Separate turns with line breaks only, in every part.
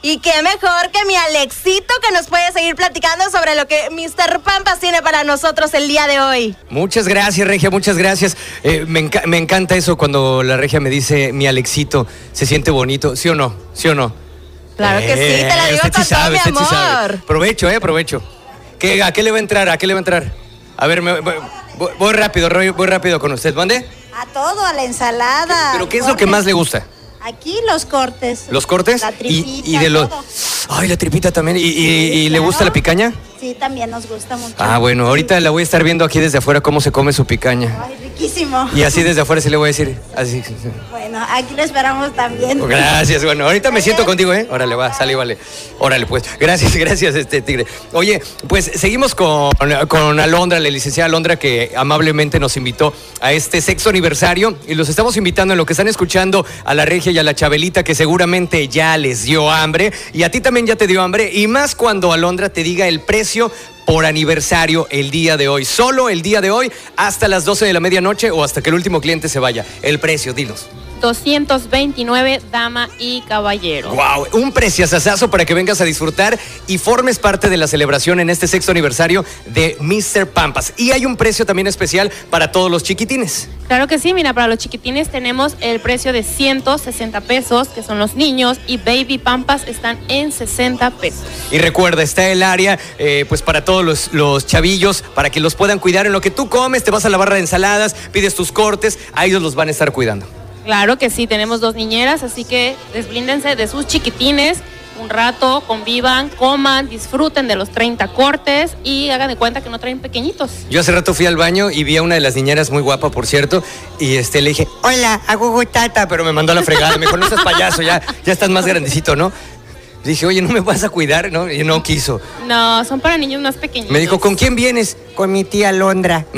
Y qué mejor que mi Alexito que nos puede seguir platicando sobre lo que Mr. Pampas tiene para nosotros el día de hoy.
Muchas gracias, Regia, muchas gracias. Eh, me, enca- me encanta eso cuando la Regia me dice, mi Alexito, se siente bonito, ¿sí o no? ¿Sí o no?
Claro que sí, te la
Eh,
digo
usted
con
sí
todo
sabe,
mi
usted sí sabe.
amor.
Provecho, eh, provecho. ¿Qué- ¿A qué le va a entrar? ¿A qué le va a entrar? A ver, me- voy, voy- voy rápido, Roy, voy rápido con usted. ¿Mande?
A todo, a la ensalada.
¿Pero qué es lo que más le gusta?
Aquí los cortes.
¿Los cortes?
La
y,
tripita,
y de los...
todo.
Ay, la tripita también. ¿Y, y- y le
claro.
gusta la picaña?
Sí, también nos gusta mucho.
Ah, bueno, ahorita la voy a estar viendo aquí desde afuera cómo se come su picaña.
Ay, riquísimo.
Y así desde afuera sí le voy a decir. Así.
Bueno, aquí lo esperamos también.
Gracias, bueno, ahorita me siento contigo, ¿eh? Órale, va, sale, vale. Órale, pues. Gracias, gracias, este tigre. Oye, pues seguimos con, con Alondra, la licenciada Alondra, que amablemente nos invitó a este sexto aniversario y los estamos invitando en lo que están escuchando a la regia y a la chabelita, que seguramente ya les dio hambre y a ti también ya te dio hambre, y más cuando Alondra te diga el precio por aniversario el día de hoy, solo el día de hoy, hasta las 12 de la medianoche o hasta que el último cliente se vaya. El precio, dinos.
229 dama y caballero.
Wow, un preciazazazo para que vengas a disfrutar y formes parte de la celebración en este sexto aniversario de Mr. Pampas. Y hay un precio también especial para todos los chiquitines.
Claro que sí, mira, para los chiquitines tenemos el precio de 160 pesos, que son los niños, y Baby Pampas están en 60 pesos.
Y recuerda, está el área eh, pues para todos los, los chavillos, para que los puedan cuidar en lo que tú comes, te vas a la barra de ensaladas, pides tus cortes, a ellos los van a estar cuidando.
Claro que sí, tenemos dos niñeras, así que desblíndense de sus chiquitines un rato, convivan, coman, disfruten de los 30 cortes y hagan de cuenta que no traen pequeñitos.
Yo hace rato fui al baño y vi a una de las niñeras muy guapa, por cierto, y este le dije, hola, hago gotata, pero me mandó a la fregada, me dijo, no seas payaso, ya, ya estás más grandecito, ¿no? Le dije, oye, ¿no me vas a cuidar? No, y no quiso.
No, son para niños más pequeñitos.
Me dijo, ¿con quién vienes? Con mi tía Londra.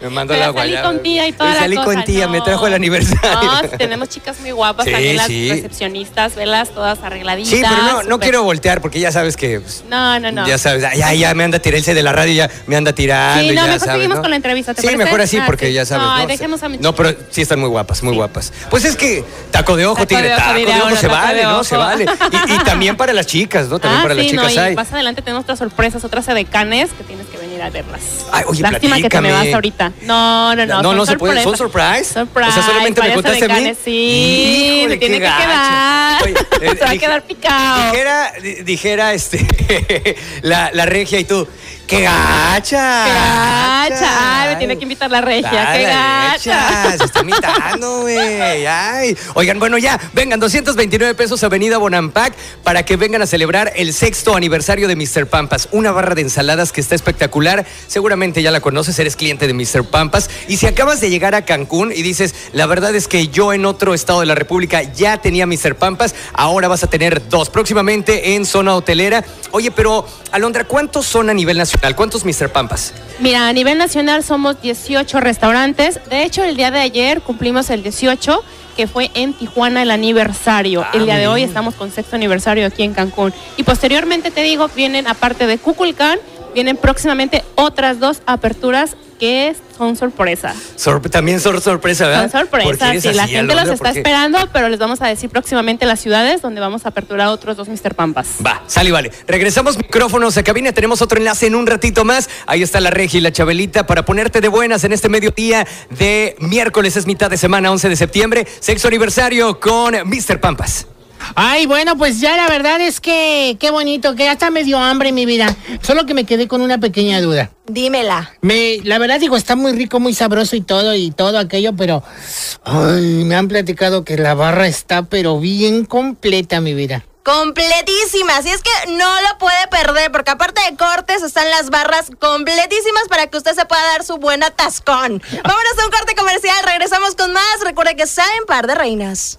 me mandó
Pero
la
salí
guayaba.
con tía y toda
Pero
la
salí
cosa,
con tía, me
no.
trajo el aniversario.
No, si tenemos chicas muy guapas,
Sí,
también las
sí.
recepcionistas, velas todas arregladitas.
sí, pero no, no
súper-
quiero voltear porque ya sabes que... pues,
No, no, no.
Ya sabes, ay, ay, ya me anda tirarse de la radio, ya me anda tirando.
Sí,
y
no,
ya
mejor
sabes,
seguimos
¿no?
con la entrevista, ¿te
sí,
parece?
mejor así,
Ah,
porque
sí.
ya sabes.
No,
No,
dejemos a mi
No,
chica.
pero sí están muy guapas, muy guapas. Pues es que taco de ojo,
Taco
tigre,
de ojo,
taco de
diría
ojo,
uno,
se
taco de
vale, ¿no?
ojo.
Se vale. Y, y también para las chicas, ¿no? También
Ah,
para las
sí,
chicas
no, y
hay.
más adelante tenemos otras sorpresas, otras edecanes que tienes que venir a verlas.
Ay, oye,
Lástima que te me
platícame.
vas ahorita. No, no, no.
No,
son
no se puede, son surprise.
Surprise.
O sea, solamente me
varias
contaste a mí.
edecanes, Sí,
Híjole,
se tiene
qué
que
gacho.
quedar.
Oye, eh,
se va a
dij-
quedar picado.
Dijera, di- dijera este, la, la regia y tú, ¡qué gacha!
¡Qué gacha! Ay, me tiene que invitar la regia.
Ah,
¡Qué
la
gacha!
Se está imitando, güey. Ay. Oigan, bueno, ya, vengan, 229 pesos Avenida Bonampac para que vengan a celebrar el sexto aniversario de Mr. Pampas. Una barra de ensaladas que está espectacular. Seguramente ya la conoces, eres cliente de Mr. Pampas. Y si acabas de llegar a Cancún y dices, la verdad es que yo en otro estado de la República ya tenía Mr. Pampas, ahora vas a tener dos. Próximamente en zona hotelera. Oye, pero, Alondra, ¿cuántos son a nivel nacional? ¿Cuántos Mr. Pampas?
Mira, a nivel nacional somos 18 restaurantes. De hecho, el día de ayer cumplimos el 18, que fue en Tijuana el aniversario.
Ah,
el día
muy
de hoy
bien.
estamos con sexto aniversario aquí en Cancún. Y posteriormente, te digo, vienen, aparte de Cuculcán, vienen próximamente otras dos aperturas que son sorpresa.
Sor- también son sorpresa, ¿verdad?
Son
Porque
sorpresas,
eres
sí. La
así,
gente los
Alondra,
está
porque-
esperando, pero les vamos a decir próximamente las ciudades donde vamos a aperturar otros dos Mr. Pampas.
Va, sale y vale. Regresamos micrófonos a cabina. Tenemos otro enlace en un ratito más. Ahí está la regia y la chabelita para ponerte de buenas en este mediodía de miércoles. Es mitad de semana, 11 de septiembre. Sexto aniversario con Mr. Pampas.
Ay, bueno, pues ya la verdad es que qué bonito, que hasta me dio hambre mi vida. Solo que me quedé con una pequeña duda.
Dímela.
Me, la verdad digo, está muy rico, muy sabroso y todo y todo aquello, pero ay, me han platicado que la barra está pero bien completa mi vida.
Completísima, así es que no lo puede perder, porque aparte de cortes están las barras completísimas para que usted se pueda dar su buen atascón. Vámonos a un corte comercial, regresamos con más. Recuerde que salen par de reinas.